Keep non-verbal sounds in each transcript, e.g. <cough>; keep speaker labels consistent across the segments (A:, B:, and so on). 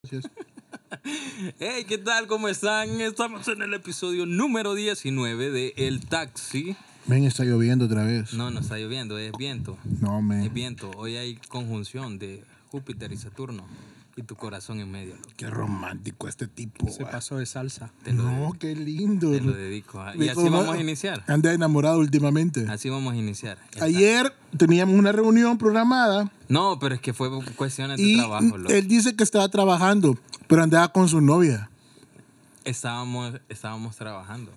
A: Gracias.
B: Hey, ¿qué tal? ¿Cómo están? Estamos en el episodio número 19 de El Taxi.
A: Ven, está lloviendo otra vez.
B: No, no está lloviendo, es viento.
A: No,
B: Es
A: men.
B: viento. Hoy hay conjunción de Júpiter y Saturno y tu corazón en medio. loco.
A: Qué romántico este tipo.
C: Se
A: ah.
C: pasó de salsa.
B: Te lo,
A: No, qué lindo.
B: te lo dedico. ah. Y así
A: Nicolás,
B: vamos a iniciar.
A: Anda enamorado últimamente.
B: Así vamos a iniciar. El
A: Ayer teníamos una reunión programada
B: taxi. No, pero es que fue por cuestiones de
A: y
B: Este trabajo. loco.
A: él dice que estaba trabajando, pero andaba con su novia.
B: Estábamos, estábamos trabajando.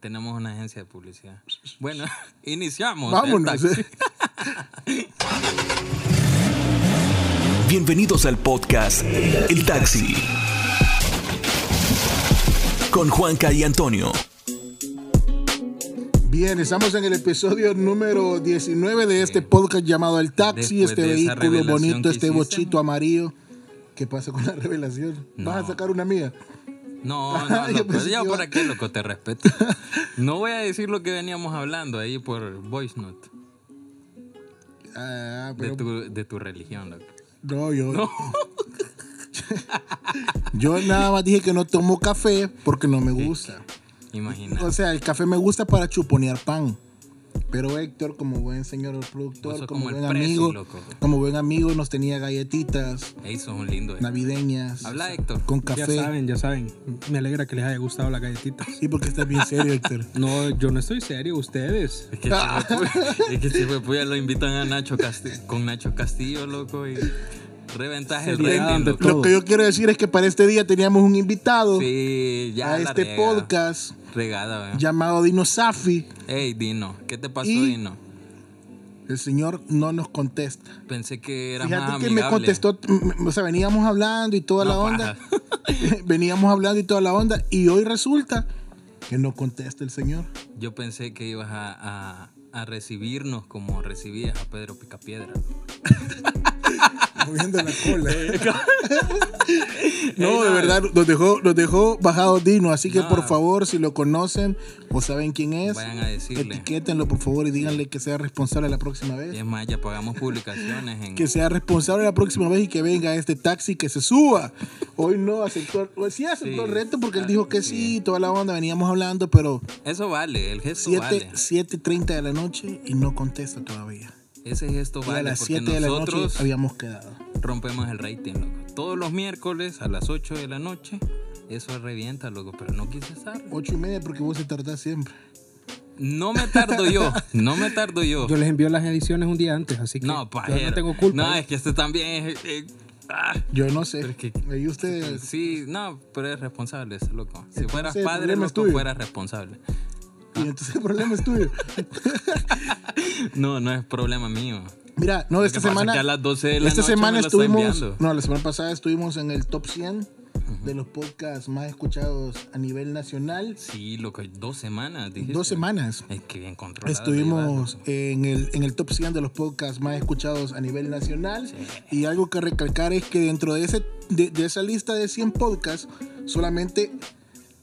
B: Tenemos una agencia de publicidad. Bueno, <laughs> iniciamos. El
A: Vámonos.
B: Taxi.
D: Bienvenidos al podcast El Taxi. Con Juanca y Antonio.
A: Bien, estamos en el episodio número 19 de este podcast llamado El Taxi,
B: Después
A: este
B: de esa
A: vehículo
B: revelación
A: bonito,
B: que
A: este
B: hiciste.
A: bochito amarillo. ¿Qué pasa con la revelación? ¿Vas a sacar una mía? <laughs>
B: No, no,
A: Yo
B: no. pues
A: pensé
B: ya
A: que iba-
B: por aquí, loco,
A: <laughs>
B: te respeto. No voy a decir lo que veníamos hablando ahí por voice note
A: Ah,
B: de
A: pero
B: tu, de tu religión, loco.
A: No, yo. <laughs> yo nada más dije que no tomo café porque no me gusta.
B: Imagina.
A: O sea, el café me gusta para chuponear pan. Pero Héctor, como buen señor
B: Vos
A: productor,
B: sos
A: como,
B: como el
A: buen
B: presi,
A: amigo,
B: loco.
A: como buen amigo, nos tenía galletitas
B: Ey, sos un lindo. eh.
A: navideñas
B: Habla, Héctor.
A: con
C: Ya
A: café.
C: saben, ya saben. Me alegra que les haya gustado las galletitas.
A: Sí, porque estás bien
B: <laughs>
A: serio, Héctor.
C: No, yo no estoy serio, ustedes.
B: Es que este
A: <laughs>
B: huepuya- es que este huepuya lo invitan a Nacho Castillo, con Nacho Castillo, loco, y reventas el
C: Seriedad
B: rating,
C: ante
B: loco.
A: Lo que yo quiero decir es que para este día teníamos un invitado
B: Sí, ya
A: a
B: la
A: este
B: rega.
A: podcast
B: Regada, weón.
A: llamado Dino Safi.
B: Ey, Dino, ¿qué te pasó,
A: Y-
B: Dino?
A: El señor no nos contesta.
B: Pensé que era más
A: Fíjate que
B: amigable.
A: me contestó, mm, o sea, veníamos hablando y toda la
B: No,
A: <laughs> onda.
B: paja.
A: veníamos hablando y toda la onda. Y hoy resulta que no contesta el señor.
B: Yo pensé que ibas a, a- a recibirnos como recibías a Pedro Picapiedra.
C: Moviendo la cola.
A: No, de verdad, nos dejó, nos dejó bajado Dino. Así que por favor, si lo conocen o saben quién es,
B: Vayan a decirle.
A: etiquétenlo por favor y díganle que sea responsable la próxima
B: Y
A: vez.
B: es más, ya pagamos publicaciones en...
A: Que sea responsable la próxima vez y que venga a este taxi que se suba. Hoy no aceptó, o sí aceptó
B: Sí,
A: el reto porque él
B: ah,
A: dijo que sí, toda la onda, veníamos hablando, pero
B: Eso vale, el gesto
A: 7,
B: vale.
A: 7.30 de la noche y no contesta todavía.
B: Ese gesto
A: Y
B: vale
A: a las
B: porque
A: 7 de la noche
B: nosotros
A: habíamos quedado.
B: rompemos el rating, loco. Todos los miércoles a las 8 de la noche, eso revienta, loco, pero no quise estar.
A: 8 y media porque vos se tardás siempre.
B: No me tardo
A: <laughs>
B: yo, no me tardo yo.
C: <laughs> Yo les envío las ediciones un día antes, así que
B: no,
C: yo
B: pajero.
C: no tengo culpa.
A: ¿eh?
B: No, es que este también es... eh, ah.
A: Yo no sé.
B: Pero es que-
A: Ahí ustedes.
B: Sí, no, pero eres responsable, ese loco. Si
A: Entonces,
B: fueras
A: el
B: padre,
A: problema es
B: loco,
A: tuyo.
B: fueras responsable.
A: Y entonces el problema es tuyo.
B: <laughs> No, no es problema mío.
A: <laughs> Mira, no,
B: Lo
A: esta
B: que pasa es
A: semana.
B: que a las 12 de la
A: esta
B: noche
A: semana
B: me lo está
A: estuvimos.
B: enviando.
A: No, la semana pasada estuvimos en el top 100 de los podcasts más escuchados a nivel nacional.
B: Sí, loco, dos semanas, dijiste.
A: Dos semanas.
B: Es que bien controlado.
A: Estuvimos en el, en el top 100 de los podcasts más escuchados a nivel nacional. Y algo que recalcar es que dentro de, ese, de, de esa lista de 100 podcasts, solamente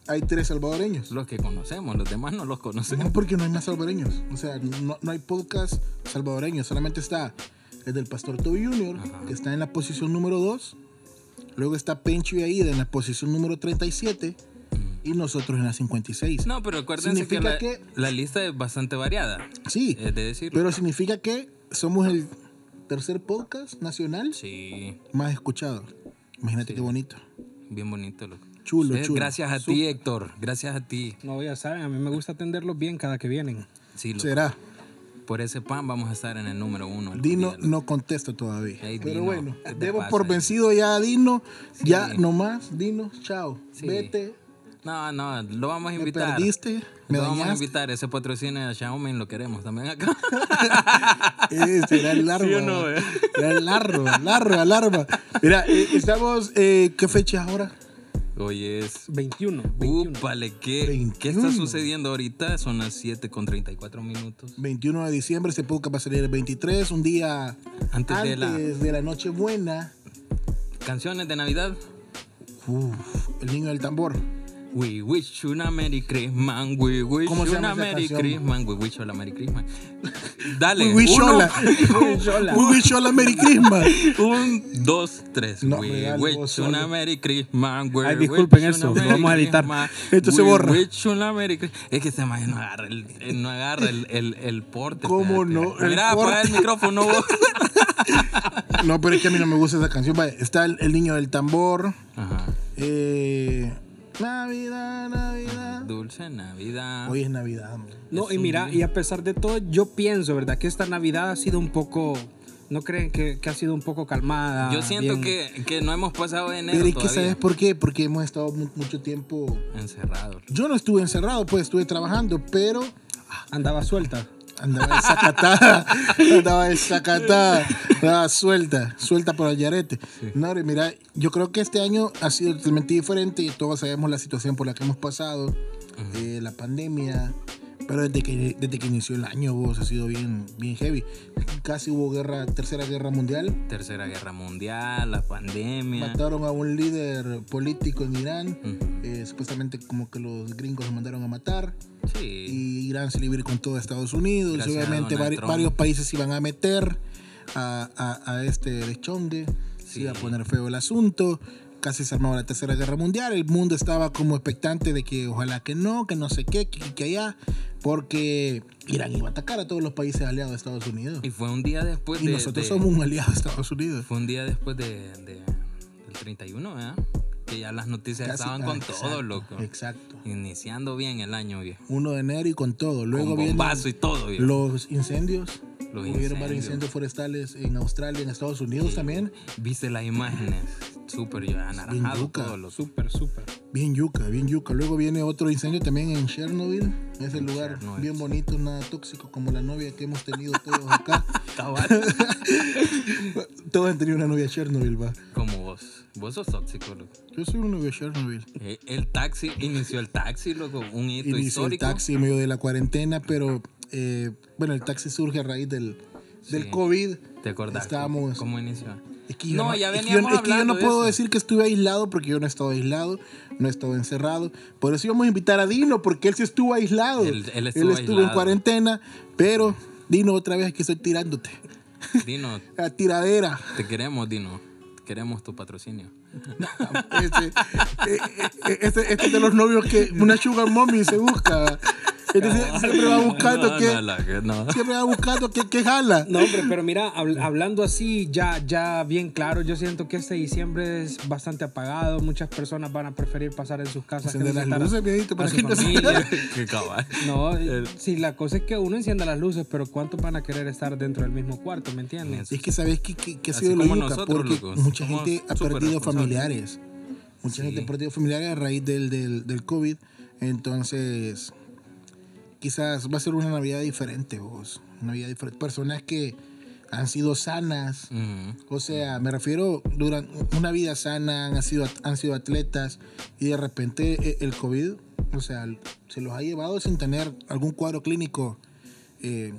A: hay tres salvadoreños.
B: Los que conocemos, los demás no los conocemos.
A: <laughs> No porque no hay más salvadoreños. O sea, no, no hay podcast salvadoreños. Solamente está el del Pastor Toby Jr., que está en la posición número 2. Luego está Pencho y Aida en la posición número 37. Y nosotros en la 56.
B: No, pero acuérdense que
A: Significa
B: la,
A: que-
B: la lista es bastante variada.
A: Sí.
B: Es Eh, de decir,
A: Pero significa que somos el tercer podcast nacional
B: sí,
A: más escuchado. Imagínate qué bonito.
B: bien bonito, loco.
A: Chulo,
B: Ustedes,
A: chulo.
B: Gracias a ti, Héctor. Gracias a ti.
C: No, ya saben, a mí me gusta atenderlos bien cada que vienen.
B: Sí, loco.
A: Será.
B: Por ese pan vamos a estar en el número uno. algún
A: Dino
B: día, loco.
A: no contesta todavía.
B: Ey,
A: Pero
B: Dino,
A: bueno,
B: ¿qué te
A: debo
B: pasa,
A: por
B: Dino?
A: vencido ya a Dino. Ya nomás, Dino, chao.
B: Sí.
A: Vete.
B: No, no, lo vamos a
A: Me
B: invitar.
A: perdiste, me
B: lo vamos a
A: dañaste.
B: invitar. Ese patrocinio de Xiaomi lo queremos también acá. <laughs>
A: Eh, será el larva.
B: Sí o no, eh.
A: Será el larva, larva, larva. Mira, eh, estamos. eh, ¿Qué fecha es ahora?
B: Oye, es.
C: 21, 21.
B: Úpale, ¿qué,
A: 21.
B: ¿qué está sucediendo ahorita? Son las 7 con 34 minutos.
A: 21 de diciembre, ese podcast va a salir el 23, un día antes,
B: Antes de la-
A: de la Nochebuena.
B: Canciones de Navidad.
A: Uf, el niño del tambor.
B: We wish you a Merry Christmas, we wish
A: ¿Cómo se
B: you
A: llama
B: a
A: esa
B: Merry
A: canción?
B: Christmas, we wish you a Merry Christmas. Dale.
A: We wish
B: uno,
A: all a- We wish all a Merry Christmas.
B: <laughs> Un, dos, tres.
A: No, me
B: we
A: da
B: wish
A: voz
B: you
A: solo.
B: a Merry Christmas. we
C: Ay, disculpen
B: wish you
C: eso,
B: a
C: lo
B: Merry
C: vamos a editar.
B: Christmas,
A: Esto se
B: we
A: borra.
B: wish you a Merry Christ- Es que se me no agarra el, eh, no agarra el, el, el porte.
A: ¿Cómo
B: espérate.
A: no? El
B: Mira, apaga el
A: porte.
B: micrófono
A: <laughs>
B: vos.
A: No, pero es que a mí no me gusta esa canción. Vaya, Está el, el niño del tambor.
B: Ajá.
A: Eh, Navidad, Navidad.
B: Dulce Navidad.
A: Hoy es Navidad. man.
C: No, y mira, y a pesar de todo, yo pienso, ¿verdad? Que esta Navidad ha sido un poco... ¿No creen que, que ha sido un poco calmada?
B: Yo siento
C: bien-
B: que, que no hemos pasado de enero
A: Ah, Pero es que
B: todavía.
A: ¿sabes por qué? Porque hemos estado mu- mucho tiempo...
B: Encerrados.
A: Yo no estuve encerrado, pues estuve trabajando, pero
C: Andaba suelta.
A: andaba desacatada. andaba desacatada. Andaba suelta, suelta por el yarete. No, hombre, mira, yo creo que este año ha sido totalmente diferente y todos sabemos la situación por la que hemos pasado, eh, la pandemia. Pero desde que, desde que inició el año, vos, ha sido bien, bien heavy. Casi hubo guerra, tercera guerra mundial.
B: Tercera Guerra Mundial, la pandemia.
A: Mataron a un líder político en Irán.
B: Ujú.
A: Eh, supuestamente como que los gringos lo mandaron a matar.
B: Sí.
A: Y Irán se libró con todo Estados Unidos.
B: Gracias
A: y
B: a
A: obviamente
B: Donald
A: vari-
B: Trump.
A: varios países se iban a meter a, a- a este lechongue. Se iba a
B: Sí.
A: poner feo el asunto. Casi se armaba la Tercera Guerra Mundial. El mundo estaba como expectante de que ojalá que no, que no sé qué, que, que allá. Porque Irán iba a atacar a todos los países aliados de Estados Unidos.
B: Y fue un día después
A: Y
B: de.
A: nosotros
B: de-
A: somos un aliado de Estados Unidos.
B: Fue un día después de, de- del 31, ¿verdad? Que ya las noticias
A: Casi-
B: estaban
A: ah,
B: con
A: exacto,
B: todo, loco.
A: Exacto.
B: Iniciando bien el año, viejo.
A: 1 de enero y con todo. Luego
B: Con
A: vienen
B: bombazo y todo, viejo.
A: los incendios.
B: Los
A: Hubieron varios
B: incendios.
A: incendios forestales en Australia, en Estados Unidos también.
B: Viste las imágenes. Súper yo- anaranjado
A: yuca.
B: todo lo súper.
C: Súper, súper.
A: Bien yuca, bien yuca. Luego viene otro incendio también en Chernobyl. Es el lugar
B: Chernobyl,
A: bien bonito, nada tóxico como la novia que hemos tenido
B: <laughs>
A: todos acá.
B: Cabal.
A: todos han tenido una novia Chernobyl, va.
B: <laughs> Como vos. Vos sos tóxico, loco.
A: Yo soy una novia Chernobyl.
B: Eh, El taxi, inició el taxi, loco. Un hito
A: Inició el
B: histórico.
A: taxi en medio de la cuarentena, pero eh, bueno, el taxi surge a raíz del, del
B: Sí.
A: COVID.
B: ¿Te acordás?
A: Estábamos-
B: ¿Cómo inició?
A: Es que yo
B: no,
A: no,
B: ya
A: es que yo-
B: veníamos
A: es que yo no
B: hablando de
A: puedo
B: eso.
A: decir que estuve aislado porque yo no he estado aislado, no he estado encerrado. Por eso íbamos a invitar a Dino porque él sí estuvo aislado.
B: Él- él estuvo
A: en
B: aislado.
A: cuarentena, pero Dino otra vez aquí estoy tirándote.
B: Dino, <laughs>
A: La tiradera.
B: te queremos, Dino. Queremos tu patrocinio.
A: Este, eh, eh, este, este es de los novios que una sugar mommy se busca. Entonces, siempre va buscando
B: No,
A: que
B: no, loco,
A: <laughs>
B: no.
A: siempre va buscando que, que jala.
C: No, hombre, pero mira, habl- hablando así, ya, ya bien claro, yo siento que este diciembre es bastante apagado. Muchas personas van a preferir pasar en sus casas
A: Encender las
C: visitar a-
A: luces, viejito,
C: a
A: para
C: su
A: que no se-
C: familia.
B: Qué cabal.
C: No, si la cosa es que uno encienda las luces, pero ¿cuántos van a querer estar dentro del mismo cuarto? ¿Me entiendes?
A: Y Es que sabes que, que, que ha
B: Así
A: sido lo
B: como
A: yuca,
B: nosotros,
A: porque
B: loco,
A: mucha
B: somos
A: gente ha
B: súper
A: perdido
B: responsables.
A: familiares. Mucha gente ha perdido familiares a raíz del, del, del COVID. Entonces, quizás va a ser una Navidad diferente, vos. Una Navidad diferente. Personas que han sido sanas.
B: Ujú.
A: O sea, me refiero, duran una vida sana, han sido, han sido atletas y de repente eh, el COVID, o sea, se los ha llevado sin tener algún cuadro clínico. eh,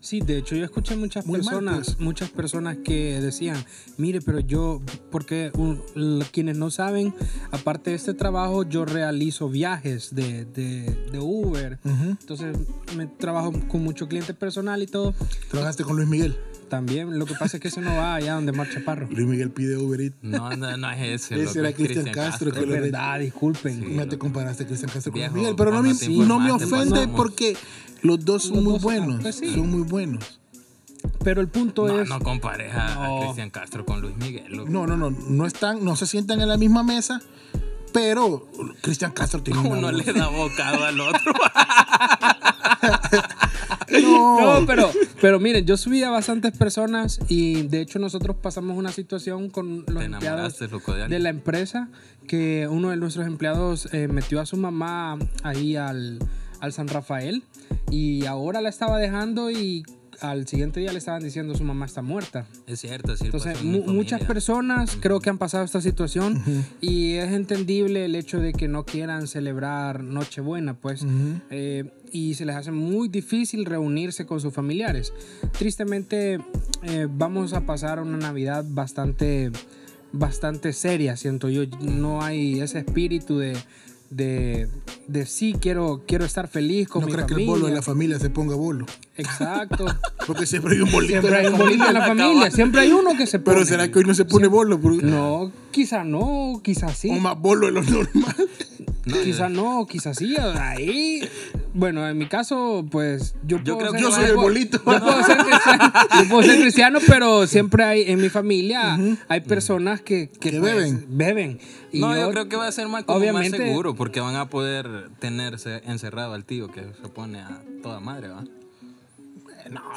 C: Sí, de hecho yo escuché muchas
A: Muy mal,
C: personas,
A: pues.
C: muchas personas que decían, mire, pero yo, porque un- l- quienes no saben, aparte de este trabajo, yo realizo viajes de, de- de Uber. Entonces, me trabajo con mucho cliente personal y todo.
A: Trabajaste con Luis Miguel.
C: También, lo que pasa es que eso no va allá donde marcha Parro.
A: Luis Miguel pide Uber Eats.
B: No, no, no es ese.
A: Ese
B: loco,
A: era
B: es
A: Cristian Castro,
C: Es
A: que lo-
C: verdad, Ah, disculpen.
A: No te comparaste Cristian Castro con
B: Viejo,
A: Miguel, pero no me,
B: cuando te
A: no me
B: informaste,
A: ofende
B: pasamos.
A: porque los dos son
C: Los
A: muy
C: dos,
A: buenos.
C: pues sí.
A: Son muy buenos.
C: Pero el punto
B: No,
C: es...
B: no compares a, a
C: No.
B: Cristian Castro con Luis Miguel. loco.
A: No, no, no, no están, no se sientan en la misma mesa, pero Cristian Castro tiene una
B: Uno
A: voz.
B: le da bocado al
A: <laughs>
B: otro.
A: No,
C: No, pero, pero miren, yo subí a bastantes personas y de hecho nosotros pasamos una situación con los
B: Te
C: empleados
B: enamoraste, loco, de
C: de
B: alguien.
C: la empresa que uno de nuestros empleados eh, metió a su mamá ahí al, al San Rafael y ahora la estaba dejando y al siguiente día le estaban diciendo su mamá está muerta.
B: Es cierto, sí.
C: Entonces,
B: pasó en mi
C: mu- muchas
B: familia.
C: personas creo que han pasado esta situación y es entendible el hecho de que no quieran celebrar Nochebuena, pues, eh, y se les hace muy difícil reunirse con sus familiares. Tristemente, eh, vamos a pasar una Navidad bastante, bastante seria, siento yo. No hay ese espíritu de de, de sí, quiero, quiero estar feliz con
A: No
C: mi
A: creas que el
C: familia.
A: bolo de la familia se ponga bolo. <laughs>
C: Exacto.
A: Porque siempre hay un bolito.
C: Siempre hay un bolito en la familia, siempre hay uno que se pone.
A: Pero ¿será que hoy no se pone bolo? bro?
C: No, quizá no, quizá sí.
A: O más bolo de lo normal.
C: quizá no, quizá sí. Ahí, bueno, en mi caso, pues yo,
B: Yo creo
C: puedo ser-
B: que-
A: Yo soy el bolito.
C: Yo puedo, ser cristiano, yo puedo ser cristiano, pero siempre hay en mi familia hay personas que, que,
A: Que
C: pues,
A: beben.
C: beben. Y
B: No, yo, creo que va a ser más, como más
C: obviamente-
B: seguro porque van a poder tenerse encerrado al tío que se pone a toda madre, ¿va?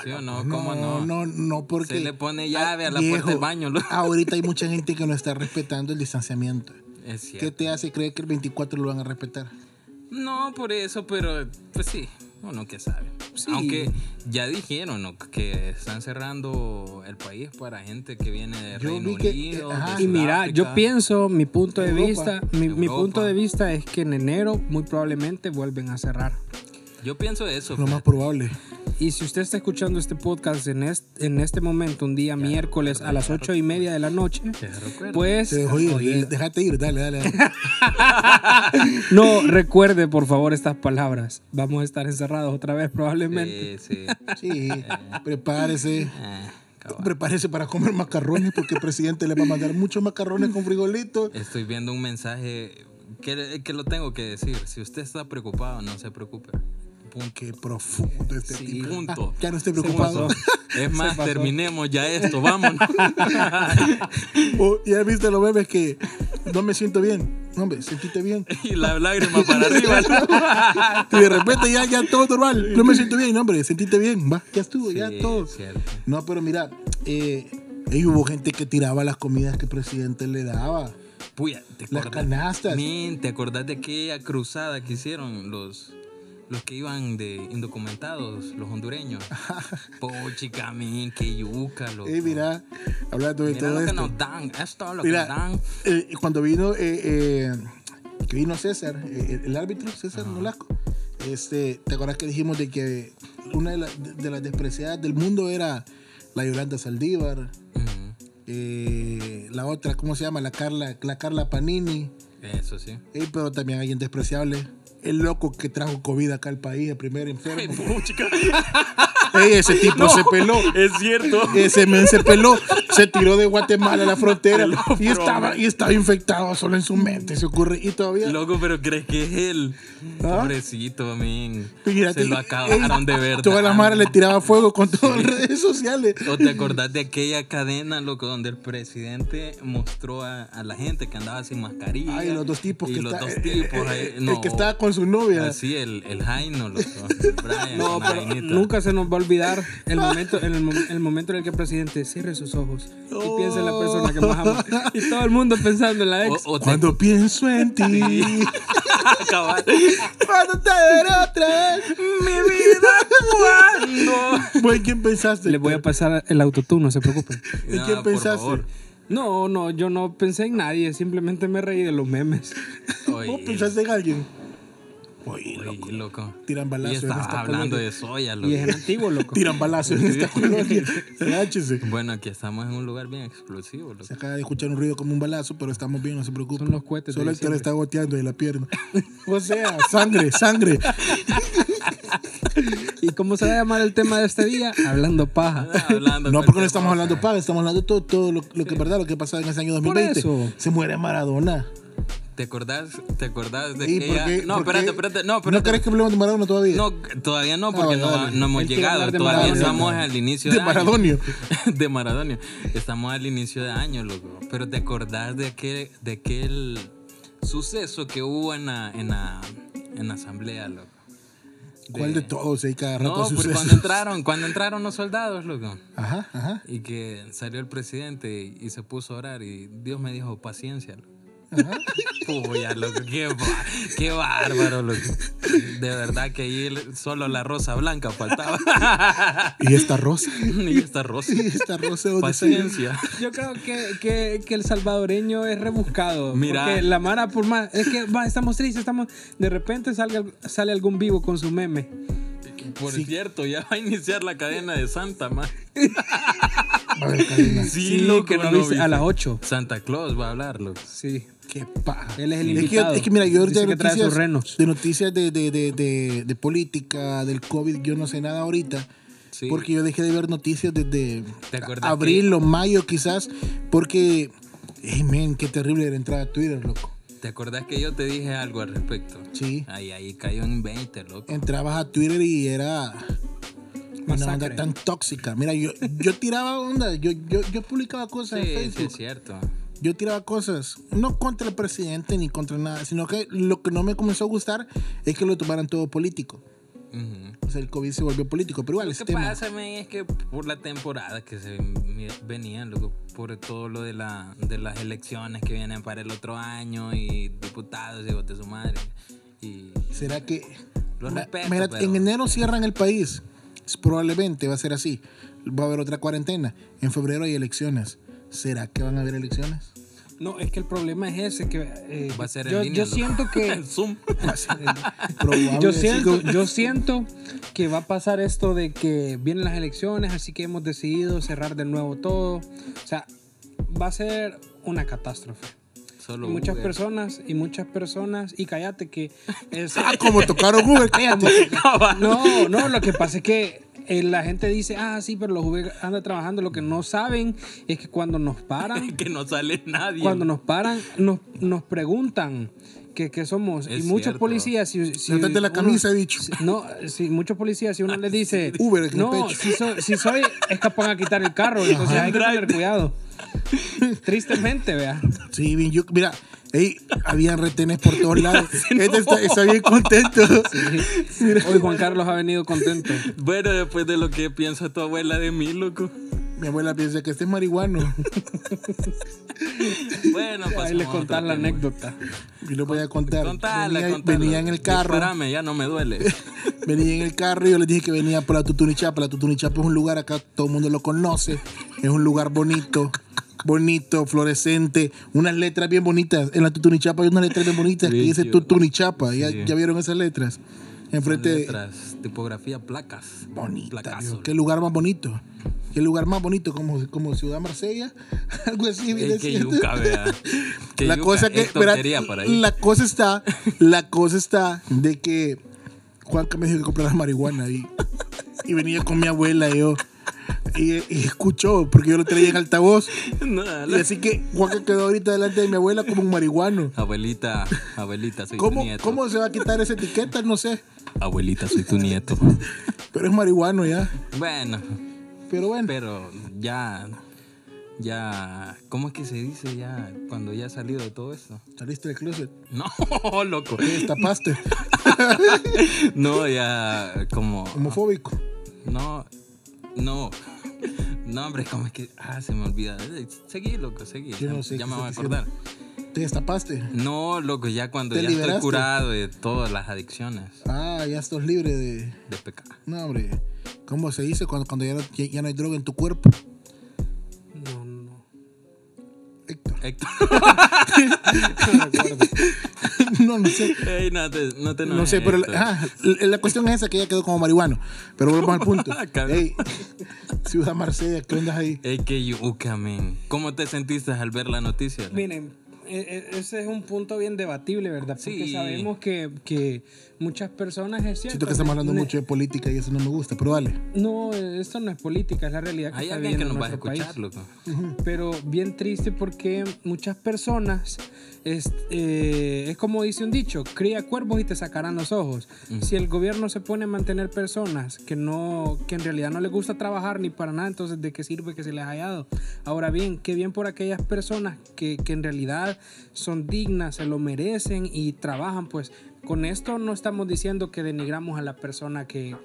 B: ¿Sí o no? ¿Cómo no?
A: No, no, porque. ah,
B: Se le pone llave a la
A: Viejo, ah,
B: puerta del baño. <laughs> lo-
A: Ahorita hay mucha gente que no está respetando el distanciamiento.
B: Es
A: ¿Qué
B: cierto.
A: te hace creer que el 24 lo van a respetar?
B: No, por eso, pero pues sí, uno que sabe.
C: Sí.
B: Aunque ya dijeron ¿no? que están cerrando el país para gente que viene de
A: Yo
B: Reino
A: vi que-
B: Unido.
A: eh, ajá.
B: de
C: Y mira, yo
B: Sudáfrica.
C: pienso, mi punto de
A: Europa.
C: vista, mi, mi
B: Europa.
C: punto de vista es que en enero muy probablemente vuelven a cerrar.
B: Yo pienso
A: <laughs>
B: eso.
A: Lo más probable.
C: Y si usted está escuchando este podcast en este, en este momento, un día miércoles a las ocho y media de la noche,
B: recuerdo.
C: pues
A: Te dejo ir, de- déjate ir, dale, dale. dale.
B: <laughs>
C: no recuerde por favor estas palabras. Vamos a estar encerrados otra vez probablemente.
B: Sí, Eh, sí. <laughs>
A: Sí, prepárese.
B: Ah, Eh, cabal.
A: Prepárese para comer macarrones porque el presidente le va a mandar muchos macarrones con frijolitos.
B: Estoy viendo un mensaje que, que lo tengo que decir. Si usted está preocupado, no se preocupe. Punto.
A: Qué profundo este
B: Sí,
A: tipo.
B: punto.
A: Ah, <laughs> ya no estoy
B: <laughs>
C: Se
A: preocupado.
C: pasó.
B: Es más,
C: pasó.
B: terminemos ya esto, vámonos. <laughs>
A: Oh, ya viste los bebés que no me siento bien. No, Hombre, sentiste bien.
B: y la lágrima para arriba.
A: Y de repente ya, ya todo normal. No me siento bien, no, hombre, sentiste bien. Va, ya estuvo, ya
B: Sí,
A: todo.
B: cierto.
A: No, pero mira, eh, ahí hubo gente que tiraba las comidas que el presidente le daba.
B: Puya, ¿te
A: Las
B: acordás?
A: canastas.
B: Men, ¿te acordás de aquella cruzada que hicieron los, los que iban de indocumentados, los
A: <laughs>
B: hondureños? Pochica, men, qué yuca, loco.
A: Eh, mira, hablando de
B: Mira
A: todo
B: lo que
A: esto.
B: nos dan, es todo lo
A: Mira,
B: que nos dan.
A: eh, cuando vino, eh, eh, que vino César, eh, el, el árbitro César Nolasco, este, ¿te acuerdas que dijimos de que una de, la- de las despreciadas del mundo era la Yolanda Saldívar,
B: Ujú,
A: eh, la otra, ¿cómo se llama? La Carla, la Carla Panini,
B: Eso sí.
A: eh, pero también alguien despreciable. El loco que trajo COVID acá al país, el primer enfermo. Ey, Eh, ese tipo se peló.
B: Es cierto.
A: Ese men se peló, se tiró de Guatemala a la frontera y estaba, y estaba infectado solo en su
B: Mm.
A: mente, se ocurre. Y todavía.
B: Loco, pero crees que es él.
A: ¿Ah?
B: Pobrecito, men.
A: fíjate,
B: Se lo acabaron
A: ey,
B: de ver.
A: Toda la madre le tiraba fuego con todas las redes sociales.
B: ¿O te acordás de aquella cadena, loco, donde el presidente mostró a, a la gente que andaba sin mascarilla?
A: Ay, los dos tipos
B: Y
A: que
B: los
A: está-
B: dos
A: eh,
B: tipos
A: eh,
B: ahí,
A: eh,
B: no.
A: <laughs> el que estaba con su novia.
B: Así, el, el Jaino, loco. el Brian,
C: No,
B: la
C: pero
B: vainita.
C: nunca se nos va a olvidar el momento, el, mo- el momento en el que el presidente cierre sus ojos y piense en la persona que más ama. Y todo el mundo pensando en la
B: O,
C: ex.
B: o te-
A: Cuando pienso
B: <laughs>
A: en ti, <laughs>
B: Cabal.
A: cuando te veré otra vez.
B: Mi vida, ¿cuándo?
A: Bueno, ¿quién pensaste?
C: Les voy a pasar el autotune, no se preocupen.
A: ¿En
B: No,
A: quién
B: Ah, por
A: pensaste?
B: favor.
C: No, no, yo no pensé en nadie, simplemente me reí de los memes.
B: Oye,
A: ¿Vos pensaste en alguien? Oye,
B: oye,
A: loco.
B: loco.
A: Tiran balazo
B: Y
A: en
B: estaba
A: esta
B: hablando
A: colonia.
B: de soya, loco.
C: Y es en
B: <laughs>
C: antiguo, loco.
A: Tiran balazos en esta colonia. Reláchese.
B: Bueno, aquí estamos en un lugar bien explosivo, loco.
A: Se acaba de escuchar un ruido como un balazo, pero estamos bien, no se preocupen.
C: Son los cohetes de
A: Solo Héctor
C: diciembre.
A: está goteando de
B: <laughs>
A: la pierna. O sea, sangre, sangre.
C: ¿Y cómo se va a llamar el tema de este día? Hablando paja.
B: Hablando pues,
A: No,
B: cualquier
A: porque no estamos
B: cosa.
A: hablando paga, estamos hablando todo, todo lo, lo que es verdad, lo que pasó en ese año 2020.
C: eso.
A: Se muere Maradona.
B: ¿Te acordás? ¿Te acordás de
A: ¿Y
B: aquella?
A: por qué-
B: no,
A: por qué-
B: espérate, espérate. No,
A: ¿No
B: espérate.
A: crees que hablemos de Maradona todavía?
B: No, todavía no, porque
A: Ah,
B: no,
A: vale.
B: no hemos
C: Él quiere
B: llegado.
C: hablar de
B: Todavía
C: Maradona.
B: estamos al inicio de,
A: de
B: año.
A: Maradonio.
B: <laughs> de Maradonio. Estamos al inicio de año, loco. Pero te acordás de aquel, de aquel suceso que hubo en la, en la, en la asamblea, loco.
A: ¿Cuál de todos? Hay cada rato
B: No, pues
A: sucesos.
B: cuando entraron, cuando entraron los soldados, loco.
A: Ajá, ajá.
B: Y que salió el presidente y, y se puso a orar y Dios me dijo, paciencia. loco". <laughs> Puya, loco, qué, ba- qué bárbaro, loco. De verdad que ahí el- solo la rosa blanca faltaba. <laughs>
A: ¿Y esta rosa? <laughs>
B: y esta rosa.
A: ¿Y esta rosa dónde está?
B: Paciencia.
C: Yo creo que, que- que el salvadoreño es rebuscado.
B: Mira.
C: Porque la Mara, por más. Es que va, estamos tristes, estamos. De repente salga, sale algún vivo con su meme.
B: Por cierto, ya va a iniciar la cadena de Santa, man.
A: va a haber Karina.
C: Sí, que no viste, a las ocho.
B: Santa Claus va a hablar, loco.
C: Sí.
A: Qué paja.
C: Él es el
A: Es que, yo-
C: invitado.
A: es que mira, yo
C: Dice
A: de
C: que trae sus
A: noticias,
C: renos.
A: de, noticias de, de, de, de- de política, del COVID, yo no sé nada ahorita.
B: Sí.
A: Porque yo dejé de ver noticias desde
B: ¿Te acuerdas
A: abril
B: que-
A: o mayo quizás. Porque, hey, men, qué terrible era entrar a Twitter, loco.
B: ¿Te acordás que yo te dije algo al respecto?
A: Sí.
B: Ahí, ahí cayó en 20, loco.
A: Entrabas a Twitter y era una
C: Masacre.
A: onda tan tóxica. Mira, yo, yo tiraba onda, yo, yo, yo publicaba cosas en
B: Sí, sí,
A: Facebook.
B: es cierto.
A: yo tiraba cosas, no contra el presidente ni contra nada, sino que lo que no me comenzó a gustar es que lo tomaran todo político.
B: Ujú.
A: O sea, el COVID se volvió político, pero igual
B: Lo
A: es
B: que
A: tema.
B: pasa, men, es que por la temporada que se mi- venían, loco, por todo lo de, la, de las elecciones que vienen para el otro año y diputados y bote su madre. Y
A: ¿Será que...
B: Lo
A: Ma-
B: respeto,
A: mira,
B: pero-
A: en enero cierran el país. Es- Probablemente va a ser así. Va a haber otra cuarentena. En febrero hay elecciones. ¿Será que van a
B: <laughs>
A: haber elecciones?
C: No, es que el problema es ese que eh,
B: va a ser en
C: yo,
B: línea,
C: yo
B: loco.
C: siento
B: <laughs>
C: que
B: En
C: <laughs>
B: Zoom.
A: Probable,
C: yo
A: así
C: siento,
A: como-
C: yo siento que va a pasar esto de que vienen las elecciones, así que hemos decidido cerrar de nuevo todo. O sea, va a ser una catástrofe.
B: Solo
C: Y muchas
B: Uber. <laughs>
C: personas y muchas personas y cállate que es-
A: Ah, como
B: <laughs>
A: tocaron Uber, cállate.
C: no, no, lo que pasa es que eh, la gente dice, "Ah, sí, pero los Uber andan trabajando, lo que no saben es que cuando nos paran,
B: que no sale nadie.
C: cuando nos paran nos, nos preguntan que, que somos
B: Es
C: y muchos
B: cierto.
C: policías si, si
A: Levántate la
C: uno-
A: camisa, he dicho.
C: si- no si muchos policías
B: Ah,
C: si uno les dice
A: Uber en el
C: no
A: pecho".
C: si soy, si soy es capaz de quitar el carro entonces hay que tener cuidado
A: <laughs>
C: tristemente vea
A: Sí, bien, yo- mira, ey, habían retenes por
B: <laughs>
A: todos lados. Este está, está bien contento.
C: hoy Juan Carlos ha venido contento
B: Bueno, después de lo que piensa tu abuela de mí, loco.
A: Mi abuela piensa que este es marihuano.
B: Bueno, pasemos
C: ahí les
B: a Pues otro
C: contar la
B: tema.
C: anécdota
A: Y lo voy a contar.
B: Contala,
A: venía,
B: contala.
A: venía en el carro.
B: Disparame, ya no me duele.
C: <laughs>
A: Venía en el carro y yo les dije que venía por la Tutunichapa. La Tutunichapa es un lugar acá, todo el mundo lo conoce. Es un lugar bonito, bonito, fluorescente. Unas letras bien bonitas. En la Tutunichapa hay unas letras bien bonitas que
B: Bien
A: dice
B: cute.
A: Tutunichapa. ¿Ya,
B: Sí.
A: ya vieron esas letras? Enfrente
C: Este-
A: de-
B: Letras, tipografía, placas.
A: Bonita,
B: Placazo.
A: Dios, qué lugar más bonito. Qué lugar más bonito, como, como Ciudad Marsella, <laughs> algo así.
B: Ey,
A: bien
B: que
A: decirte.
B: yuca,
A: <laughs>
B: vea. Que
A: la
B: yuca,
A: cosa que,
B: es
A: verá,
B: tontería para ahí.
A: la cosa está, la cosa está de que Juanca me dijo que comprara marihuana y, y venía con mi abuela y yo y, y escuchó porque yo lo traía en altavoz
B: <laughs> No,
A: y
B: la-
A: así que Juanca quedó ahorita delante de mi abuela como un marihuano.
B: Abuelita, abuelita, soy
A: ¿Cómo,
B: tu nieto.
A: ¿Cómo se va a quitar esa etiqueta? No sé,
B: Abuelita, soy tu nieto.
A: pero es marihuano ya.
B: bueno,
A: Pero bueno,
B: pero ya, ya, ¿cómo es que se dice ya cuando ya ha salido de todo esto? <laughs>
A: saliste del closet,
B: No, loco.
A: tapaste,
B: No, ya como...
A: homofóbico.
B: No, no. No, hombre, ¿cómo es que...? Ah, se me olvida. Eh, Seguí, loco, seguí.
A: Yo no sé
B: ya
A: qué
B: me voy a
A: estás diciendo.
B: acordar.
A: Te destapaste.
B: No, loco, ya cuando
A: ¿Te
B: ya
A: liberaste?
B: estoy curado de todas las adicciones
A: Ah, ya estás libre de.
B: de pecado.
A: No, hombre. ¿Cómo se dice cuando, cuando ya, no, ya- ya no hay droga en tu cuerpo?
C: no no
A: Héctor. <laughs>
B: Héctor,
C: no recuerdo
A: no, no sé.
B: ey, no te no, te
A: No
B: enojes,
A: sé, pero la,
B: Héctor.
A: ah, la- la cuestión es esa que ya quedó como marihuano. Pero volvamos al punto.
B: Cabrón.
A: Ey, Ciudad Marsella, ¿qué andas ahí?
B: Ey, qué yuca, men. ¿Cómo te sentiste al ver la noticia?
C: Miren, e- e- ese es un punto bien debatible, ¿verdad? Porque
B: Sí.
C: sabemos que, que muchas personas es cierto.
A: Siento que estamos hablando
C: ne-
A: mucho de política y eso no me gusta, pero dale.
C: No, esto no es política, es la realidad que
B: Hay
C: está
B: alguien que
C: viviendo
B: nos va a
C: nuestro
B: escuchar,
C: país.
B: loco.
C: Pero bien triste porque muchas personas es, eh, es como dice un dicho, cría cuervos y te sacarán los ojos. Si el gobierno se pone a mantener personas que no, que en realidad no les gusta trabajar ni para nada, entonces de qué sirve que se les haya dado. Ahora bien, qué bien por aquellas personas que, que en realidad son dignas, se lo merecen y trabajan, pues con esto no estamos diciendo que denigramos a la persona que,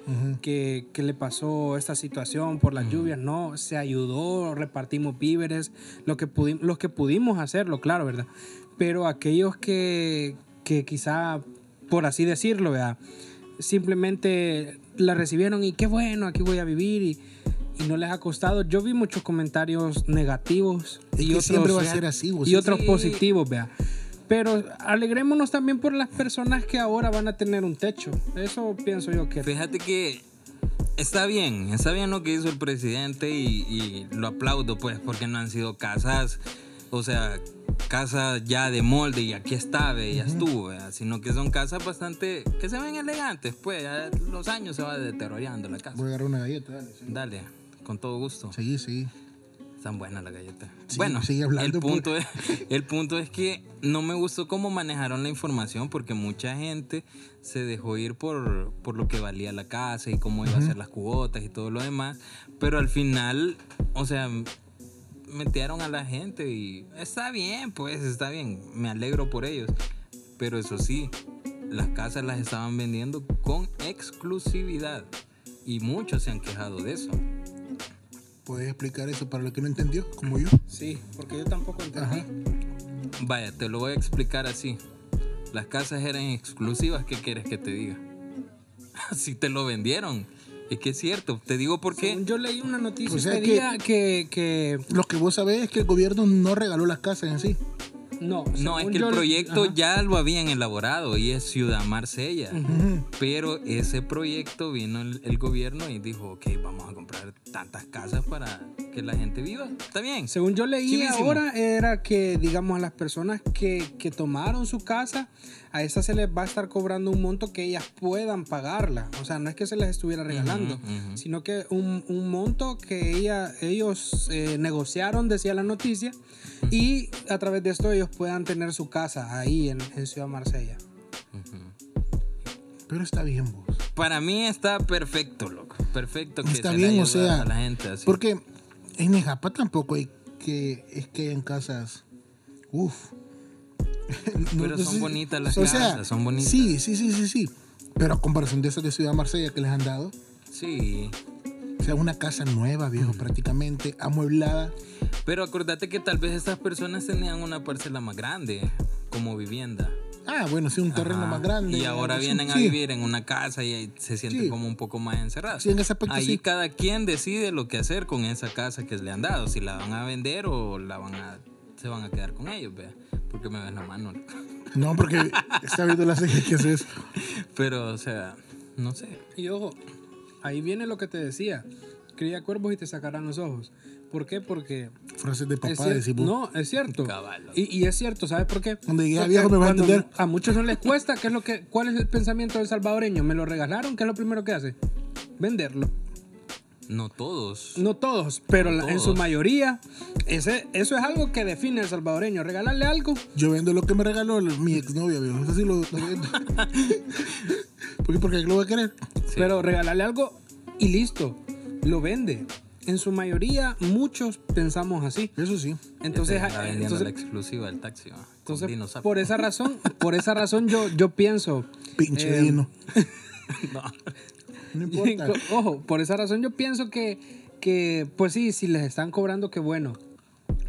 C: que, que le pasó esta situación por las lluvias, no, se ayudó, repartimos víveres, lo que, pudi- los que pudimos hacerlo, claro, ¿verdad? Pero aquellos que, que quizá, por así decirlo, ¿verdad? simplemente la recibieron y qué bueno, aquí voy a vivir y, y no les ha costado. Yo vi muchos comentarios negativos
A: Es
C: y
A: que
C: otros,
A: siempre va a ser así, vos.
C: y otros
B: Sí.
C: positivos, vea. Pero alegrémonos también por las personas que ahora van a tener un techo. Eso pienso yo que
B: Fíjate que Está bien, está bien lo que hizo el presidente y, y lo aplaudo, pues, porque no han sido casas, o sea, casas ya de molde y aquí está, ve, ya estuvo, vea, sino que son casas bastante, que se ven elegantes, pues, ya los años se va deteriorando la casa.
A: Voy a agarrar una galleta, dale. sí.
B: Dale, con todo gusto.
A: Seguí, seguí.
B: Están buenas las galletas.
A: Sí,
B: bueno,
A: sigue hablando, pues.
B: el, punto
A: por-
B: es, el punto es que no me gustó cómo manejaron la información porque mucha gente se dejó ir por, por lo que valía la casa y cómo iba a ser las cuotas y todo lo demás. Pero al final, o sea, metieron a la gente y está bien, pues está bien. Me alegro por ellos. Pero eso sí, las casas las estaban vendiendo con exclusividad. Y muchos se han quejado de eso.
A: ¿Puedes explicar eso para lo que no entendió, como yo?
C: Sí, porque yo tampoco entendí.
B: Vaya, te lo voy a explicar así. Las casas eran exclusivas, ¿qué quieres que te diga? <laughs> Así te lo vendieron. Es que es cierto, te digo por qué.
C: Yo leí una noticia
A: O sea
C: este
A: que-
C: día que, que
A: Lo que vos sabés es que el gobierno no regaló las casas en sí.
C: no.
B: No,
C: según
B: es que
C: yo
B: el
C: le-
B: proyecto
C: Ajá.
B: ya lo habían elaborado y es Ciudad Marsella. Pero ese proyecto vino el, el gobierno y dijo, ok, vamos a comprar tantas casas para que la gente viva. Está bien.
C: Según yo leí
B: Chivísimo.
C: ahora era que, digamos, a las personas que, que tomaron su casa, a esas se les va a estar cobrando un monto que ellas puedan pagarla. O sea, no es que se les estuviera regalando,
B: ujú.
C: sino que un, un monto que ella, ellos eh, negociaron, decía la noticia, y a través de esto ellos puedan tener su casa ahí en, en Ciudad Marsella.
A: Pero está bien vos.
B: Para mí está perfecto, loco. Perfecto que
A: Pues Está
B: se le
A: bien, o
B: ayuda
A: sea.
B: a la gente así.
A: Porque en Nejapa tampoco hay que. Es que en casas. Uf. <laughs> No-
B: Pero
A: no
B: son
A: sé-
B: bonitas las
A: o sea,
B: casas, son bonitas.
A: Sí, sí, sí, sí, sí. Pero a comparación de esas de Ciudad Marsella que les han dado,
B: Sí.
A: o sea, una casa nueva, viejo,
B: Mm.
A: prácticamente, amueblada.
B: Pero acordate que tal vez estas personas tenían una parcela más grande como vivienda.
A: Ah, bueno, sí, un terreno
B: Ajá.
A: más grande.
B: Y ahora
A: algo así.
B: vienen a
A: Sí.
B: vivir en una casa y ahí se sienten
A: Sí.
B: como un poco más encerrados.
A: Sí, en ese aspecto
B: Ahí
A: sí.
B: cada quien decide lo que hacer con esa casa que le han dado, si la van a vender o la van a se van a quedar con ellos, vea, porque me ves la mano. <laughs>
A: No, porque está viendo la serie que haces.
B: Pero o sea, no sé.
C: Y ojo, ahí viene lo que te decía. Cría cuervos y te sacarán los ojos. ¿Por qué? Porque...
A: Frases de
C: Es
A: papá,
C: cier-
A: decís vos.
C: No, es cierto.
B: Caballo.
C: Y, y es cierto, ¿sabes por qué?
A: Cuando llegue a
C: Porque
A: viejo me va a
C: cuando
A: entender.
C: A muchos no les cuesta. ¿qué es lo que, ¿Cuál es el pensamiento del salvadoreño? ¿Me lo regalaron? ¿Qué es lo primero que hace? Venderlo.
B: No todos.
C: No todos, pero
B: No
C: la- en su
B: todos.
C: mayoría. Ese, eso es algo que define el salvadoreño. Regalarle algo.
A: Yo vendo lo que me regaló el- mi exnovia, viejo. No sé si lo, lo <laughs> vendo. ¿Por qué? Porque lo voy a querer.
B: Sí.
C: Pero regalarle algo y listo. Lo vende. En su mayoría, muchos pensamos así.
A: Eso sí.
C: Entonces, ah,
B: Está vendiendo
C: entonces-
B: Este, la exclusiva del taxi. va, con
C: entonces,
B: Dino Zap.
C: por esa razón, por esa razón yo, yo pienso.
A: Pinche <laughs>
C: eh,
A: Dino.
B: No.
A: No importa.
C: Ojo, por esa razón yo pienso que, que, pues sí, si les están cobrando, qué bueno.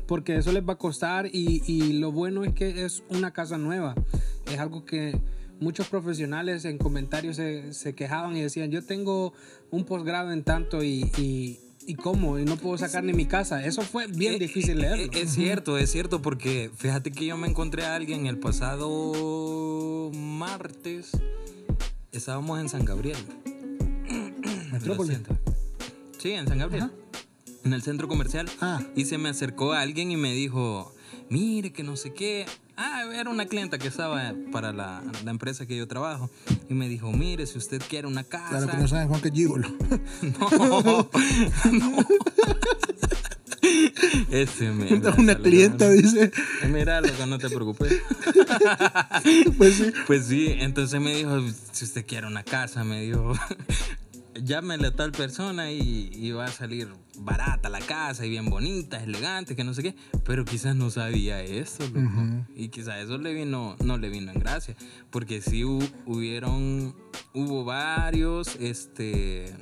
C: Porque eso les va a costar y, y lo bueno es que es una casa nueva. Es algo que muchos profesionales en comentarios se, se quejaban y decían, yo tengo un posgrado en tanto y, y, y cómo, y no puedo sacar ni mi casa. Eso fue
B: Pues
C: bien
B: Eh,
C: difícil
B: eh,
C: leerlo.
B: eh, Es cierto, es cierto, porque fíjate que yo me encontré a alguien el pasado martes. Estábamos en San Gabriel. eh, Lo
A: Metrópolis.
B: siento. Sí, en San Gabriel. En el centro comercial.
A: Ah.
B: Y se me acercó alguien y me dijo, mire que no sé qué. Ah, era una clienta que estaba para la, la empresa que yo trabajo. Y me dijo, mire, si usted quiere una casa...
A: Claro que no saben Juan que es gigolo. <laughs>
B: No, no. <laughs>
A: <laughs>
B: Ese me.
A: Una clienta dice,
B: Mira, loco, no te preocupes.
A: pues sí.
B: Pues sí, entonces me dijo, si usted quiere una casa, me dijo, <laughs> llámele a tal persona y, y va a salir barata la casa y bien bonita, elegante, que no sé qué. Pero quizás no sabía eso, loco. Y quizás eso le vino, no le vino en gracia. Porque sí hu- hubieron, hubo varios, este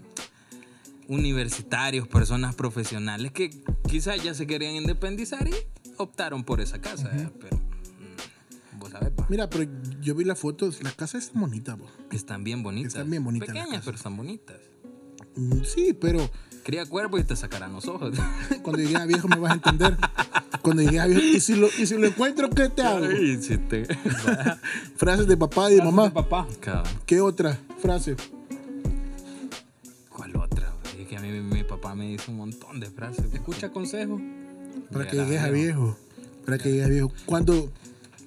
B: universitarios, personas profesionales que quizás ya se querían independizar y optaron por esa casa, ¿eh? pero mm, vos sabés, pa.
A: Mira, pero yo vi las fotos. La casa es bonita, vos.
B: Están bien bonitas.
A: Están bien bonitas las
B: Pequeñas,
A: casas.
B: pero están bonitas.
A: Mm, Sí, pero
B: Cría cuervo y te sacarán los ojos.
A: <laughs> cuando llegues a viejo me vas a entender. Cuando llegues a viejo. ¿Y si lo, y si lo encuentro, qué te hago?
B: Ay, sí te- <laughs>
A: Frases de papá y de
C: Gracias,
A: mamá.
C: papá.
B: Cabrón,
A: ¿Qué otra frase?
B: ¿Cuál otra? Es que a mí mi, mi papá me dice un montón de frases.
C: Escucha consejos.
A: Para que
B: Ya la
A: llegues a
B: veo.
A: viejo. Para que llegues a viejo. Cuando,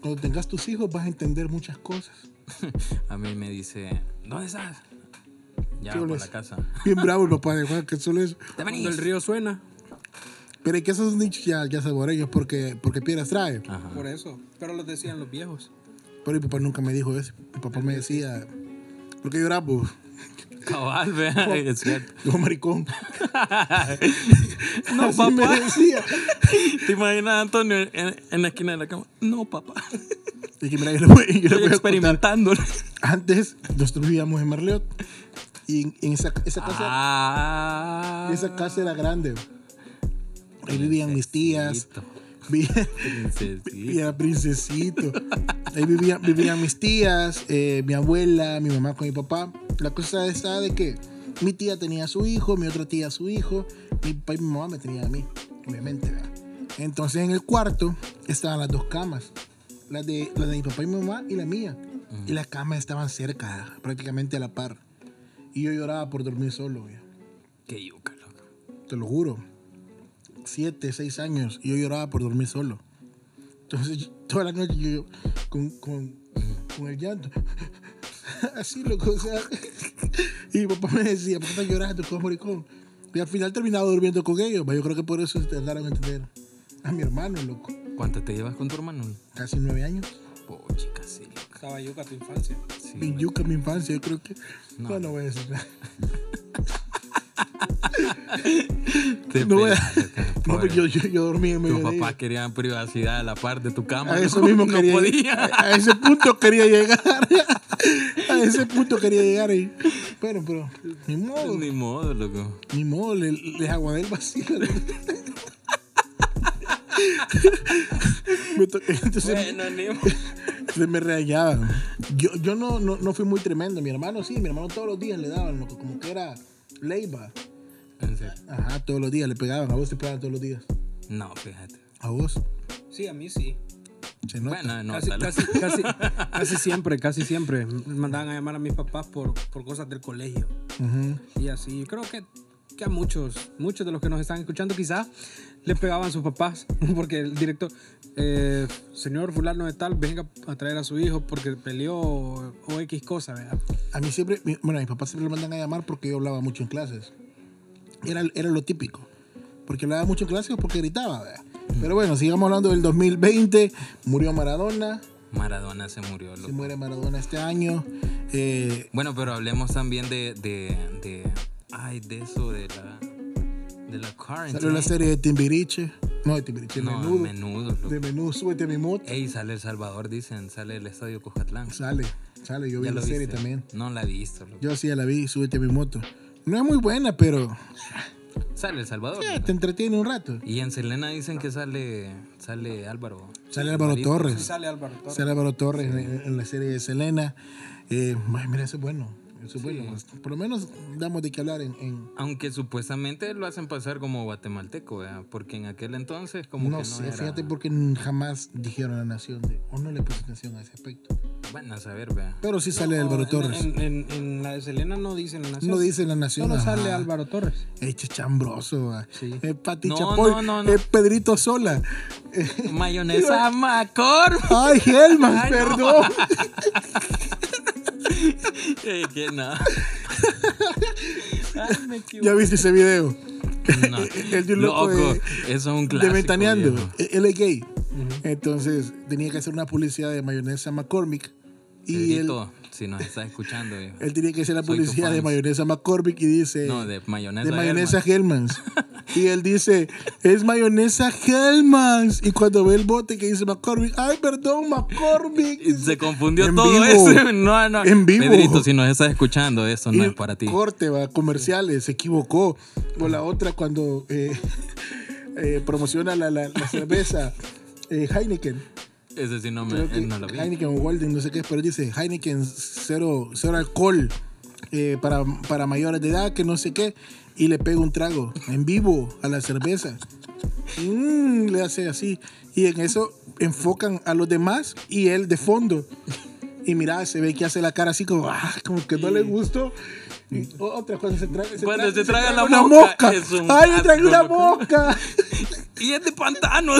A: cuando tengas tus hijos vas a entender muchas cosas.
B: <laughs> A mí me dice, ¿dónde estás? Ya,
A: ¿Qué
B: por
A: olés?
B: la casa.
A: Bien bravo el papá de Juan, que solo es.
B: Te venís.
C: Cuando el río suena.
A: Pero es que esos dichos ya, ya saboreños porque, porque piedras trae.
B: Ajá.
C: Por eso. Pero los decían los viejos.
A: Pero mi papá nunca me dijo eso. Mi papá me decía, ¿por qué lloras, vos?
B: Cabal,
A: <laughs>
B: vea, es cierto.
A: Digo, maricón.
B: <laughs> No,
A: Así me
B: papá.
A: decía.
B: ¿Te imaginas a Antonio en, en la esquina de la cama? No, papá.
A: <laughs> Y que mira, yo le voy, yo le voy
B: Estoy
A: a
B: experimentando.
A: <laughs> contar. Antes, nosotros vivíamos en Marleot. Y en, en esa, esa casa,
B: Ah.
A: esa casa era grande. Ahí vivían mis tías. Vivía- <laughs>
B: Princesita.
A: Mira, princesito. Ahí vivían, vivían mis tías, eh, mi abuela, mi mamá con mi papá. La cosa está de que mi tía tenía a su hijo, mi otra tía a su hijo, mi papá y mi mamá me tenían a mí, obviamente. ¿verdad? Entonces en el cuarto estaban las dos camas, la de, la de mi papá y mi mamá y la mía. Y las camas estaban cerca, prácticamente a la par. Y yo lloraba por dormir solo, güey.
B: Qué yuca, loco.
A: Te lo juro. Siete, seis años. Y yo lloraba por dormir solo. Entonces, yo- toda la noche yo, yo con, con, con el llanto. <laughs> Así, loco. O sea, <laughs> y mi papá me decía, ¿por qué estás llorando? ¿Cómo maricón? Y al final terminaba durmiendo con ellos. Pero Yo creo que por eso tardaron en entender a mi hermano, loco.
B: ¿Cuánto te llevas con tu hermano?
A: Casi nueve años.
B: Po, chica, sí, loco.
C: Estaba yuca tu infancia.
B: Sí,
A: Mi
B: loco.
A: yuca, mi infancia, yo creo que... No, no, voy a decir nada. <laughs>
B: Te
A: No, voy a-
B: pelaste, te
A: <laughs> No,
B: pobre.
A: pero yo, yo, yo dormí en medio
B: Tus
A: de ellos.
B: papás querían privacidad a la par de tu cama. <laughs>
A: A eso
B: loco.
A: mismo
B: no
A: quería
B: podía.
A: <laughs> A, a ese punto quería llegar. A ese punto quería llegar. Y, bueno, pero ni modo.
B: Pues Ni modo, loco.
A: Ni modo, le- les aguadé el vacío. Me to- Entonces,
B: Bueno, ni modo.
A: entonces me regañaban. Yo, yo no, no, no fui muy tremendo. Mi hermano sí, mi hermano todos los días le daban, loco, como que era leiba.
B: En serio.
A: Ajá, todos los días le pegaban. A vos te pegaban todos los días.
B: No, fíjate.
A: A vos.
C: Sí, a mí sí.
A: Se nota.
B: Bueno, no,
C: Casi,
B: tal-
C: casi,
A: <laughs>
C: casi, casi siempre, casi siempre mandaban a llamar a mis papás por, por cosas del colegio.
A: Ujú.
C: Y así, yo creo que, que a muchos, muchos de los que nos están escuchando quizás les pegaban sus papás, <laughs> porque el director, eh, señor fulano de tal, venga a traer a su hijo porque peleó o, o X cosa, ¿verdad?
A: A mí siempre, mi- bueno, a mis papás siempre me mandan a llamar porque yo hablaba mucho en clases. Era, era lo típico. Porque hablaba mucho en clases o porque gritaba, ¿verdad? Pero bueno, sigamos hablando del 2020. Murió Maradona.
B: <laughs> Maradona se murió,
A: Se
B: loco.
A: muere Maradona este año. Eh,
B: Bueno, pero hablemos también de, de, de- ay, de eso, de la, de la
A: salió la
B: quarantine.
A: serie de Timbiriche. No, de Timbiriche,
B: No,
A: menudo.
B: menudo, loco.
A: De menú, súbete a mi moto.
B: Ey, sale El Salvador, dicen, sale el Estadio Cojatlán.
A: Sale, sale. Yo vi la serie también.
B: No la he visto, loco.
A: Yo sí ya la vi, súbete a mi moto. No es muy buena, pero
B: Sale El Salvador.
A: eh,
B: loco.
A: te entretiene un rato.
B: Y en Selena dicen que sale, sale Álvaro.
A: Sale Álvaro Torres.
C: Sale Álvaro Torres.
A: Ser Álvaro Torres en, en la serie de Selena. Eh, ay, mira, eso es bueno. Eso es bueno. Por lo menos damos de qué hablar en. en-
B: Aunque supuestamente lo hacen pasar como guatemalteco, ¿verdad? porque en aquel entonces como
A: no
B: que no
A: sé,
B: era...
A: fíjate porque jamás dijeron la nación de. O no le puse atención a ese aspecto.
B: Bueno, a saber, vea.
A: Pero sí sale Álvaro
C: En-
A: Torres.
C: En, en- en la de Selena no dicen la nación.
A: no dice la nación.
C: Solo sale
A: ajá.
C: Álvaro Torres.
A: Es chambroso.
C: Sí.
A: Es Pati
B: No,
A: Chapoy.
B: no, no, no.
A: Es Pedrito Sola. Eh,
B: Mayonesa Macor.
A: <laughs> Ay, Helman,
B: Ay, no.
A: perdón.
B: Ey, que Eh, no. Ay, me equivoqué.
A: ya viste ese video.
B: No.
A: <laughs> El de un loco de-
B: eso es un
A: de
B: clásico.
A: Ventaneando.
B: viejo.
A: Eh, Él es gay. Entonces tenía que hacer una publicidad de mayonesa McCormick. Y Eh, él,
B: Pedrito, si nos estás escuchando,
A: <laughs>
B: viejo.
A: él tenía que hacer la
B: Soy tu
A: publicidad de
B: fans.
A: mayonesa McCormick y dice.
B: No, de mayonesa
A: de mayonesa
B: Hellmann's. <laughs>
A: Hellmann's. y él dice, es mayonesa Hellmann's. Y cuando ve el bote que dice McCormick, ay, perdón, McCormick.
B: Y se confundió
A: En
B: todo
A: vivo.
B: eso. <laughs> No, no.
A: En vivo.
B: Pedrito, si nos estás escuchando, eso no
A: Y
B: es para ti.
A: Corte, va, comerciales, se equivocó. O la otra cuando eh, <laughs> eh, promociona la, la- la cerveza eh, Heineken.
B: Ese sí no me
A: Creo que
B: Eh, no lo vi.
A: Heineken o Golden, no sé qué es, pero dice Heineken cero, cero alcohol eh, para, para mayores de edad, que no sé qué. Y le pega un trago en vivo a la cerveza. Y, mm, le hace así. Y en eso enfocan a los demás y él de fondo. Y mira, se ve que hace la cara así como, ah, como que no le gustó. Y otra cuando se traga, se
B: Cuando se traga la
A: una
B: mosca,
A: mosca.
B: es un
A: Ay, me tragué
B: asco,
A: una
B: loco. <laughs>
A: mosca. <laughs>
B: Y es de pantano.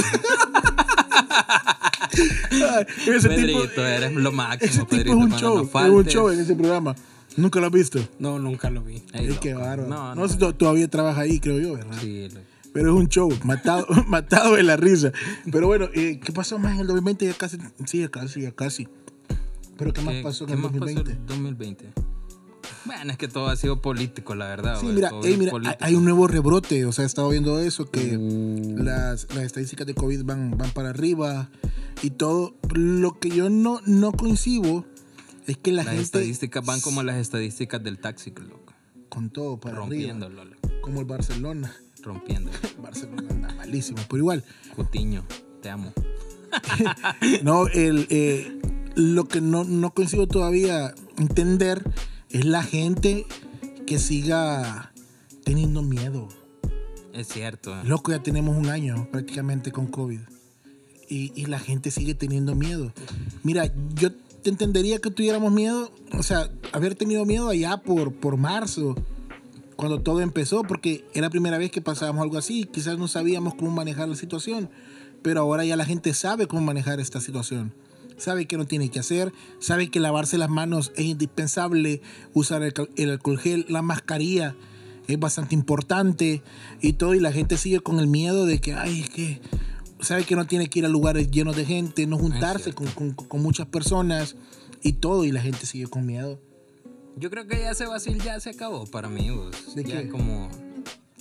B: <laughs>
A: Ay, ese
B: Pedrito,
A: tipo,
B: eres lo máximo,
A: <laughs> ese tipo es
B: Pedrito,
A: un
B: cuando
A: show,
B: nos
A: es un
B: faltes.
A: show en ese programa. Nunca lo has visto.
C: No, nunca lo vi.
B: Ey,
A: Ay, qué
B: loco.
A: bárbaro.
B: No,
A: No,
B: no,
A: si
B: no.
A: to- todavía trabaja ahí, creo yo, ¿verdad?
B: Sí, loco.
A: Pero es un show, matado, <laughs> matado de la risa. Pero bueno, eh, ¿qué pasó más en el 2020? Ya casi, sí, ya casi, ya casi. Pero ¿qué más pasó en
B: ¿Qué
A: el
B: más pasó
A: 2020?
B: en el 2020? Bueno, es que todo ha sido político, la verdad.
A: Sí,
B: güey,
A: mira,
B: todo
A: ey,
B: es
A: mira, hay-
B: político. Mm.
A: hay un nuevo rebrote. O sea, he estado viendo eso, que las, las estadísticas de COVID van, van para arriba y todo. Lo que yo no, no coincido es que la
B: Las
A: gente
B: estadísticas van como las estadísticas del taxi, loco.
A: con todo para arriba.
B: Rompiéndolo, loco.
A: Como el Barcelona.
B: Rompiéndolo.
A: Barcelona anda malísimo, pero igual.
B: Cutiño, te amo.
A: No, el, eh, lo que no, no consigo todavía entender es la gente que siga teniendo miedo.
B: Es cierto. eh.
A: Loco, ya tenemos un año prácticamente con COVID. Y, y la gente sigue teniendo miedo. Mira, yo te entendería que tuviéramos miedo, o sea, haber tenido miedo allá por, por marzo, cuando todo empezó, porque era la primera vez que pasábamos algo así. Quizás no sabíamos cómo manejar la situación, pero ahora ya la gente sabe cómo manejar esta situación. Sabe qué no tiene que hacer, sabe que lavarse las manos es indispensable, usar el, cal- el alcohol gel, la mascarilla es bastante importante y todo. Y la gente sigue con el miedo de que, ay, es que sabe que no tiene que ir a lugares llenos de gente, no juntarse con, con- con muchas personas y todo. Y la gente sigue con miedo.
B: Yo creo que ya ese vacil ya se acabó para mí, vos.
A: ¿De
B: ya
A: qué?
B: como.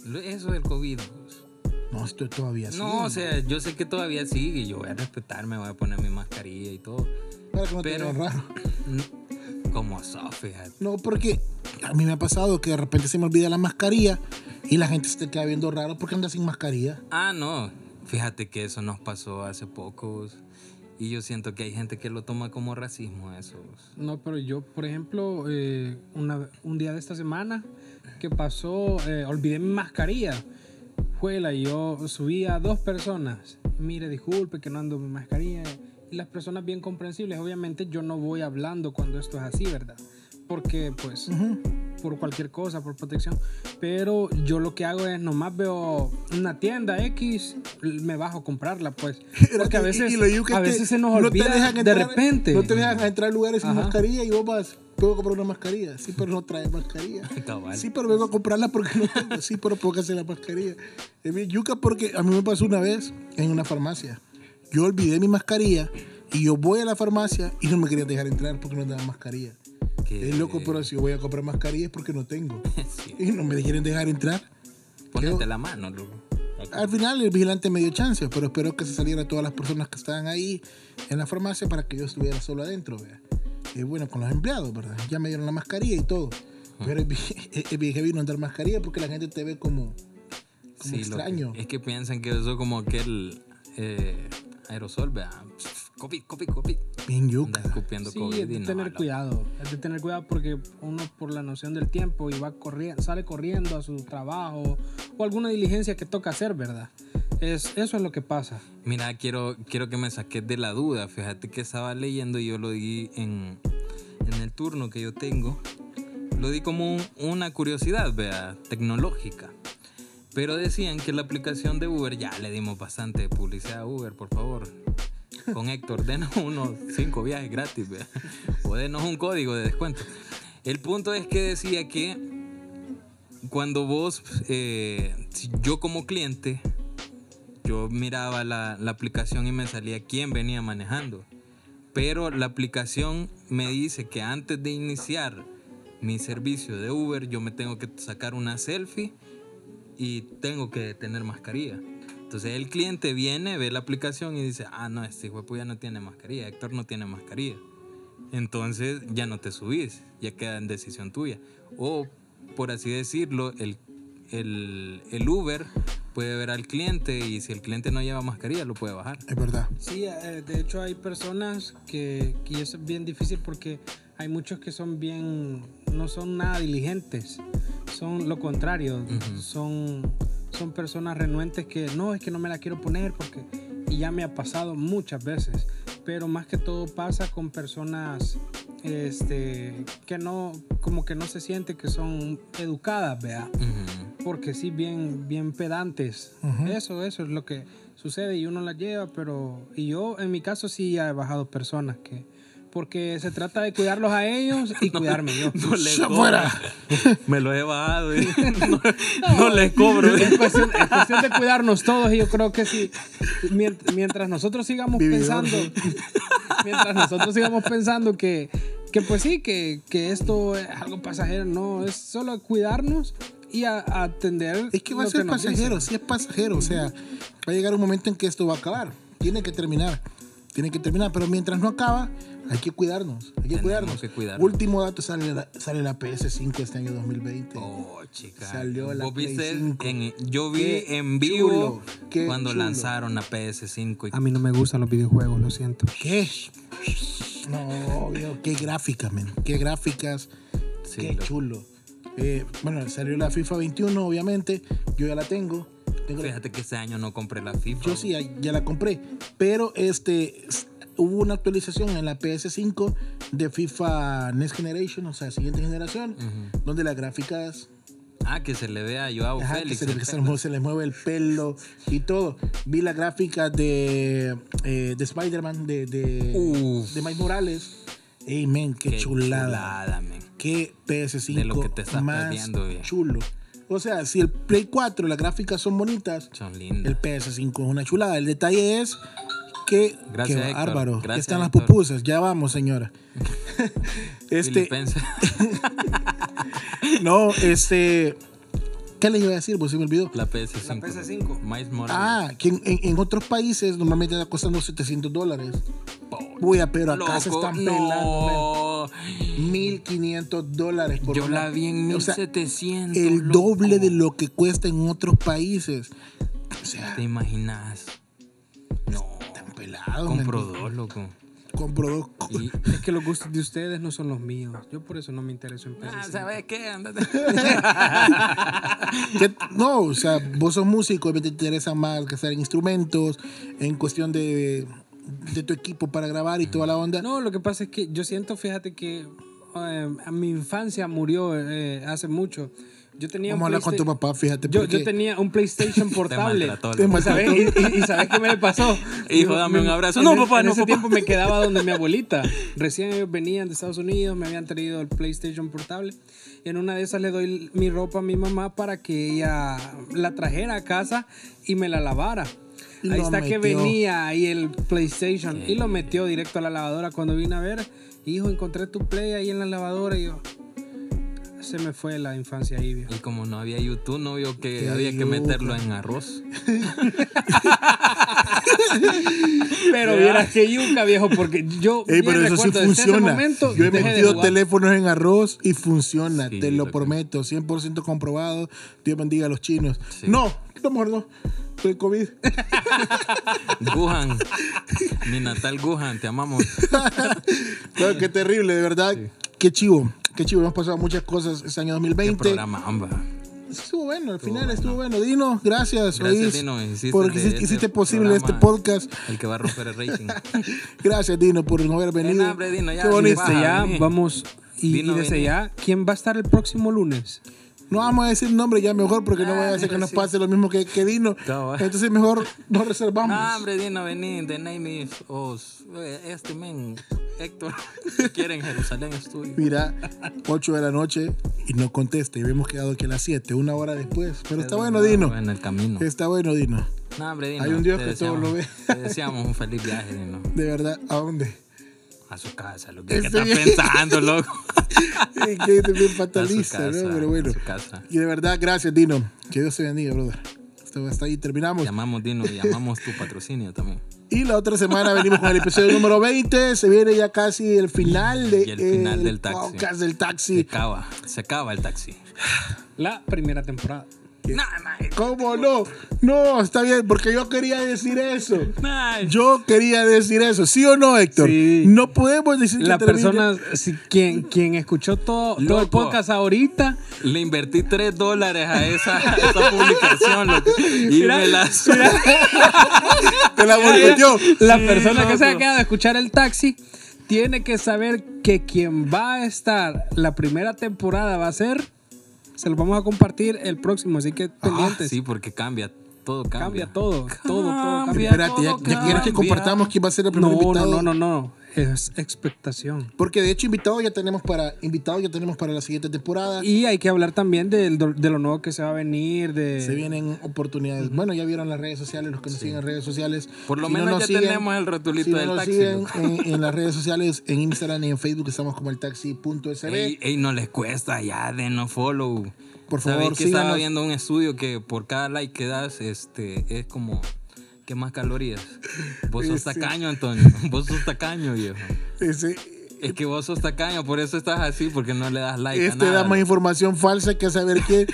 B: lo- Eso del COVID, pues. vos.
A: No, esto todavía sigue,
B: No, o sea, yo sé que todavía sigue. Yo voy a respetarme, voy a poner mi mascarilla y todo.
A: para que no te
B: pero-
A: vean raro.
B: Como so, fíjate.
A: No, porque a mí me ha pasado que de repente se me olvida la mascarilla y la gente se te queda viendo raro porque anda sin mascarilla.
B: Ah, no. Fíjate que eso nos pasó hace poco. vos. Y yo siento que hay gente que lo toma como racismo, eso. vos.
C: No, pero yo, por ejemplo, eh, una- un día de esta semana que pasó, eh, olvidé mi mascarilla. Juela, y yo subí a dos personas. Mire, disculpe que no ando mi mascarilla. Y las personas bien comprensibles. Obviamente yo no voy hablando cuando esto es así, ¿verdad? Porque, pues, por cualquier cosa, por protección. Pero yo lo que hago es nomás veo una tienda X, me bajo a comprarla,
A: <laughs>
C: pues. <laughs> Porque a
A: Y- y-
C: veces,
A: y lo you que
C: a
A: es que
C: veces se nos
A: no te
C: olvida
A: dejan
C: de
A: entrar-
C: repente.
A: No te dejan entrar a lugares sin
C: Ajá.
A: mascarilla y vos vas, puedo comprar una mascarilla. Sí, pero no trae
C: <laughs>
A: mascarilla.
B: Cabal.
A: Sí, pero vengo a comprarla porque no tengo. Sí, pero póngase la mascarilla. Es bien yuca porque a mí me pasó una vez en una farmacia. Yo olvidé mi mascarilla y yo voy a la farmacia y no me querían dejar entrar porque no daban mascarilla.
B: Que-
A: Es loco, pero si yo voy a comprar mascarilla es porque no
C: <laughs>
A: tengo.
B: Sí.
A: Y no me quieren dejar entrar.
B: Ponete la mano, loco.
A: Al final el vigilante me dio chance, pero espero que se salieran todas las personas que estaban ahí en la farmacia para que yo estuviera solo adentro, vea. Eh, bueno, con los empleados, ¿verdad? Ya me dieron la mascarilla y todo. Pero es bien- <laughs> es bien heavy no andar mascarilla porque la gente te ve como, como
B: Sí, loco.
A: extraño.
B: Es que piensan que eso es como aquel eh, aerosol, vea. Copy, copy, copy.
A: Bien
B: Andan
A: yuca.
B: escupiendo
C: Ah, Sí,
B: COVID
C: es
B: y
C: de
B: no,
C: tener
B: loco.
C: cuidado. Es de tener cuidado porque uno por la noción del tiempo y va corriendo, sale corriendo a su trabajo o alguna diligencia que toca hacer, ¿verdad? Es, eso es lo que pasa.
B: Mira, quiero, quiero que me saques de la duda. Fíjate que estaba leyendo y yo lo di en, en el turno que yo tengo. Lo di como un- una curiosidad, vea, tecnológica. Pero decían que la aplicación de Uber, ya le dimos bastante publicidad a Uber, por favor. Con Héctor, denos unos cinco viajes gratis, vea. O denos un código de descuento. El punto es que decía que cuando vos, eh, si yo como cliente, yo miraba la, la aplicación y me salía quién venía manejando. Pero la aplicación me dice que antes de iniciar mi servicio de Uber, yo me tengo que sacar una selfie y tengo que tener mascarilla. Entonces el cliente viene, ve la aplicación y dice, ah, no, este hijo de puta ya no tiene mascarilla, Héctor no tiene mascarilla. Entonces ya no te subís, ya queda en decisión tuya. O, por así decirlo, el, el, el Uber puede ver al cliente y si el cliente no lleva mascarilla lo puede bajar.
A: Es verdad.
C: Sí, eh, de hecho hay personas que, que eso es bien difícil porque hay muchos que son bien, no son nada diligentes, son lo contrario, son, son personas renuentes que no, es que no me la quiero poner porque, y ya me ha pasado muchas veces, pero más que todo pasa con personas este, que no, como que no se siente que son educadas, vea,
B: Ujú.
C: porque sí, bien, bien pedantes. Eso, eso es lo que sucede y uno las lleva, pero, y yo en mi caso sí ya he bajado personas que, porque se trata de cuidarlos a ellos
A: <laughs>
C: y cuidarme yo.
B: <laughs> No le
A: ¡Ya
B: cobro.
A: fuera!
B: Me lo he bajado.
A: <laughs>
B: y No, no le cobro.
C: Es cuestión, es cuestión de cuidarnos todos y yo creo que si mien- mientras nosotros sigamos
A: Vividor.
C: pensando
A: <laughs>
C: mientras nosotros sigamos pensando que, que pues sí, que, que esto es algo pasajero, no, es solo cuidarnos y a- a atender
A: Es que va a
C: lo
A: ser
C: nos
A: pasajero,
C: dicen.
A: sí es pasajero. O sea, va a llegar un momento en que esto va a acabar. Tiene que terminar. Tiene que terminar. Pero mientras no acaba, hay que cuidarnos. Hay que
B: Tenemos
A: cuidarnos.
B: que cuidarnos.
A: Último dato, sale la, sale la PS5 este año 2020.
B: Oh, chica.
A: Salió la
B: ¿Vos viste
A: Play cinco.
B: en- yo vi
A: Qué
B: en vivo
A: chulo, qué
B: cuando
A: chulo.
B: lanzaron la PS5. y-
C: A mí no me gustan los videojuegos, lo siento.
A: ¿Qué? No, viejo, qué gráficas, men. Qué gráficas.
B: sí,
A: qué
B: loco.
A: chulo. Eh, bueno, salió la FIFA 21, obviamente. Yo ya la tengo. Tengo la-
B: Fíjate que este año no compré la FIFA.
A: Yo sí, ya, ya la compré. Pero este s- hubo una actualización en la PS5 de FIFA Next Generation, o sea, siguiente generación, donde las gráficas.
B: Ah, que se le vea a Joao
A: ajá, que
B: Félix.
A: se, le,
B: el
A: se le
B: pelo.
A: mueve- se le mueve el pelo y todo. Vi la gráfica de, eh, de Spider-Man, de, de,
B: Uf.
A: de Mike Morales. Ey, men, qué,
B: Qué
A: chulada.
B: men.
A: Qué PS5
B: De lo que te estás
A: más
B: perdiendo, viejo.
A: chulo. O sea, si el Play 4, las gráficas son bonitas,
B: Son lindas.
A: el PS5 es una chulada. El detalle es que.
B: Gracias,
A: que
B: Héctor.
A: bárbaro.
B: Gracias,
A: están las
B: Héctor.
A: pupusas. Ya
B: <laughs>
A: vamos, señora. este.
B: Filipense.
A: No, este. ¿Qué les iba a decir? Pues se me olvidó.
B: <laughs> La PS5.
C: La PS5.
B: Miles Morales.
A: Ah, que en, en- en otros países normalmente está costando 700 dólares. Uy, ah, pero acá se
B: Loco,
A: están pelando.
B: no.
A: 1500 dólares por
B: Yo
A: una-
B: la vi en
A: o sea,
B: 1700.
A: el
B: loco.
A: doble de lo que cuesta en otros países. O sea,
B: ¿Te imaginas? No.
A: están pelados. man.
B: Compro dos, loco.
A: Compro dos. co- <laughs>
B: Y,
C: Es que los gustos de ustedes no son los míos. Yo por eso no me intereso en
B: ah,
C: PS5.
B: ¿sabes qué? Ándate.
A: ¿Qué- No, o sea, vos sos músico, te interesa más gastar en instrumentos, en cuestión de, de tu equipo para grabar y toda la onda.
C: No, lo que pasa es que yo siento, fíjate que eh, mi infancia murió eh, hace mucho. Yo tenía
A: Vamos a
C: un
A: hablar con tu
C: Playsta-
A: papá, fíjate.
C: Yo,
A: porque
C: yo tenía un <laughs> PlayStation portable.
B: maltrató,
A: te
B: loco.
A: mal-
C: ¿Sabes? Y, y- y ¿sabes qué me pasó? <laughs>
B: Hijo,
C: Yo-
B: dame un
C: me-
B: abrazo.
C: en
B: No,
C: ese-
B: papá,
C: en
B: no,
C: ese
B: papá.
C: tiempo me quedaba donde mi abuelita. Recién ellos venían de Estados Unidos, me habían traído el PlayStation portable. Y en una de esas le doy mi ropa a mi mamá para que ella la trajera a casa y me la lavara.
A: Y
C: Ahí
A: lo
C: está que
A: metió.
C: venía ahí el PlayStation y lo metió directo a la lavadora cuando vine a ver. Hijo, encontré tu play ahí en la lavadora y yo... Se me fue la infancia ahí, viejo.
B: <laughs> Y como no había YouTube, no vio que
A: Qué
B: había que
A: loco.
B: meterlo en arroz.
C: Pero vieras que yuca, viejo, porque yo
A: Ey,
C: bien
A: pero eso sí
C: recuerdo desde ese
A: funciona.
C: momento,
A: Yo he
C: dejé de
A: metido
C: jugar.
A: teléfonos en arroz y funciona,
B: Sí,
A: te lo
B: loco.
A: prometo, 100% comprobado. Dios bendiga a los chinos.
B: Sí.
A: No, no, mejor no. Estoy COVID. <laughs>
B: Guhan. Mi natal Guhan, te amamos.
A: No, qué terrible, de verdad. Qué chivo, qué chivo. Hemos pasado muchas cosas este año
B: Qué
A: 2020.
B: programa, amba.
A: Estuvo bueno, al final estuvo bueno. Dino, gracias.
B: Gracias,
A: Oís,
B: Dino. Hiciste
A: Porque
B: de
A: hiciste,
B: este
A: hiciste posible
B: programa
A: este podcast. <laughs>
B: El que va a romper el rating.
A: Gracias, Dino, por no haber venido.
B: nada, hombre, Dino, ya,
A: Qué bonito.
B: va.
C: Desde ya,
B: vení.
C: vamos. Y,
B: Dino,
C: y desde
B: vení.
C: ya, ¿quién va a estar el próximo lunes?
A: No vamos a decir nombre ya mejor, porque
B: Ah,
A: no voy a hacer que nos pase lo mismo que, que Dino.
B: No, va.
A: Entonces, mejor nos reservamos.
B: No, Ah, hombre, Dino, vení. The name is Oz. Eh, Este men, Héctor, <laughs> quieren Jerusalén Estudio.
A: Mira, 8 de la noche y no contesta. Y habíamos quedado aquí a las 7, una hora después. Pero está bueno, Dino.
B: En el camino.
A: Está bueno, Dino.
B: No, hombre, Dino.
A: Hay un Dios
B: te
A: que todo
B: deseamos-
A: lo ve.
B: Te deseamos un feliz viaje, Dino.
A: De verdad, ¿a dónde?
B: <laughs> A su casa, lo que, que
A: Ese-
B: estás pensando, loco.
A: Es que es bien
B: A
A: fatalista,
B: su casa,
A: ¿no? Pero bueno.
B: a su casa.
A: Y de verdad, gracias, Dino. Que Dios te bendiga, brother. Esto hasta ahí
B: <laughs>
A: terminamos.
B: Llamamos Dino y llamamos tu patrocinio también.
A: Y la otra semana venimos con el episodio número 20. Se viene ya casi el final de
B: Y el final
A: el
B: del taxi.
A: podcast del
B: Se
A: taxi.
B: acaba, se acaba el taxi.
C: La primera temporada.
B: No,
A: ¿Cómo no? No, está bien, porque yo quería decir eso.
B: no, no.
A: Yo quería decir eso, ¿sí o no, Héctor?
C: Sí.
A: No podemos decir
C: La
A: que termine-
C: persona, si, quien, quien escuchó todo, todo el
B: Loco.
C: podcast ahorita,
B: Le invertí 3 dólares a esa, a esa publicación, loco. Y me la Ah,
A: Te la volteó.
C: la persona que se
B: loco.
C: ha quedado de escuchar el taxi tiene que saber que quien va a estar la primera temporada va a ser. Se lo vamos a compartir el próximo, así
A: Ah,
C: que pendientes.
B: Sí, porque cambia. Todo cambia.
C: Cambia todo, todo, todo cambia.
A: Espérate, ya,
B: todo
A: ya quieres que
B: cambia.
A: compartamos quién va a ser el primer
C: no,
A: invitado.
C: no, no, no, no. Es expectación.
A: Porque de hecho invitado ya tenemos para invitado ya tenemos para la siguiente temporada.
C: Y hay que hablar también del do- de, lo nuevo que se va a venir. De...
A: se vienen oportunidades. Bueno, ya vieron las redes sociales, los que nos siguen en redes sociales.
B: Por lo
A: Si no
B: menos ya
A: nos siguen-
B: tenemos el rotulito
A: si no
B: del
A: nos
B: taxi,
A: siguen en, en las redes sociales, en Instagram y en Facebook, estamos como el taxi.sb.
B: Ey, ey, no les cuesta, ya denos follow.
A: Por
B: ¿Sabéis
A: favor,
B: que estaba
A: síganos.
B: viendo un estudio que por cada like que das, este, es como que más calorías. Vos
A: Este.
B: sos tacaño,
A: <laughs>
B: Antonio. Vos sos tacaño, viejo.
A: Ese-
B: Es que vos sos tacaño, por eso estás así, porque no le das like a
A: este
B: nada.
A: da más información falsa que saber
B: <laughs>
A: que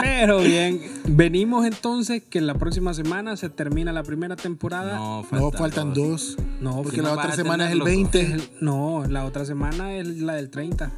C: Pero bien, venimos entonces que la próxima semana se termina la primera temporada.
B: no, faltan,
A: no faltan dos.
C: No,
B: si
A: Porque
B: no
A: la
B: vas
A: otra
B: a
A: semana es el
B: tener, loco.
A: 20.
C: El- no, la otra semana es la del 30.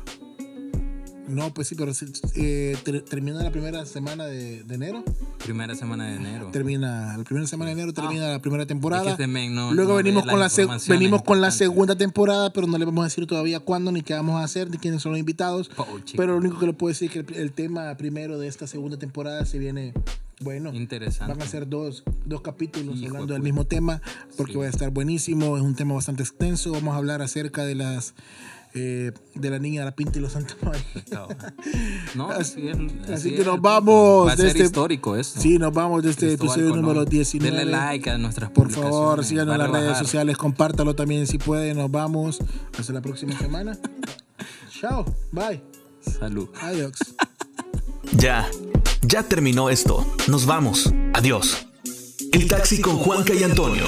A: No, pues sí, pero si, eh, ter- termina la primera semana de, de enero.
B: Primera semana de enero.
A: Termina la primera semana de enero, termina la primera temporada.
B: Ah. Es que este men no-
A: Luego
B: no
A: venimos
B: ve
A: con la
B: las
A: seg-
B: informaciones
A: venimos con la
B: importantes.
A: segunda temporada, pero no le vamos a decir todavía cuándo ni qué vamos a hacer ni quiénes son los invitados.
B: Oh, chico.
A: pero lo único que le puedo decir es que el, el tema primero de esta segunda temporada se viene bueno.
B: Interesante.
A: Van a ser dos, dos capítulos
B: Hijo de
A: hablando del
B: puta.
A: mismo tema, porque
B: Sí.
A: va a estar buenísimo, es un tema bastante extenso. Vamos a hablar acerca de las eh, de la niña de la pinta y los Santa María. <laughs>
B: No, así, es-
A: así que
B: es
A: nos
B: el-
A: vamos
B: Va a
A: de
B: ser
A: este-
B: histórico esto.
A: Sí, nos vamos de este
B: Cristóbal
A: episodio
B: Colón.
A: número 19.
B: Denle like a nuestras
A: Por favor,
B: publicaciones,
A: síganos en
B: va
A: las
B: a
A: redes
B: rebajar.
A: sociales, compártalo también si pueden. Nos vamos. Hasta la próxima semana. Chao. Bye.
B: Salud.
A: Adiós.
D: Ya, ya terminó esto. Nos vamos. Adiós. El taxi con Juanca y Antonio.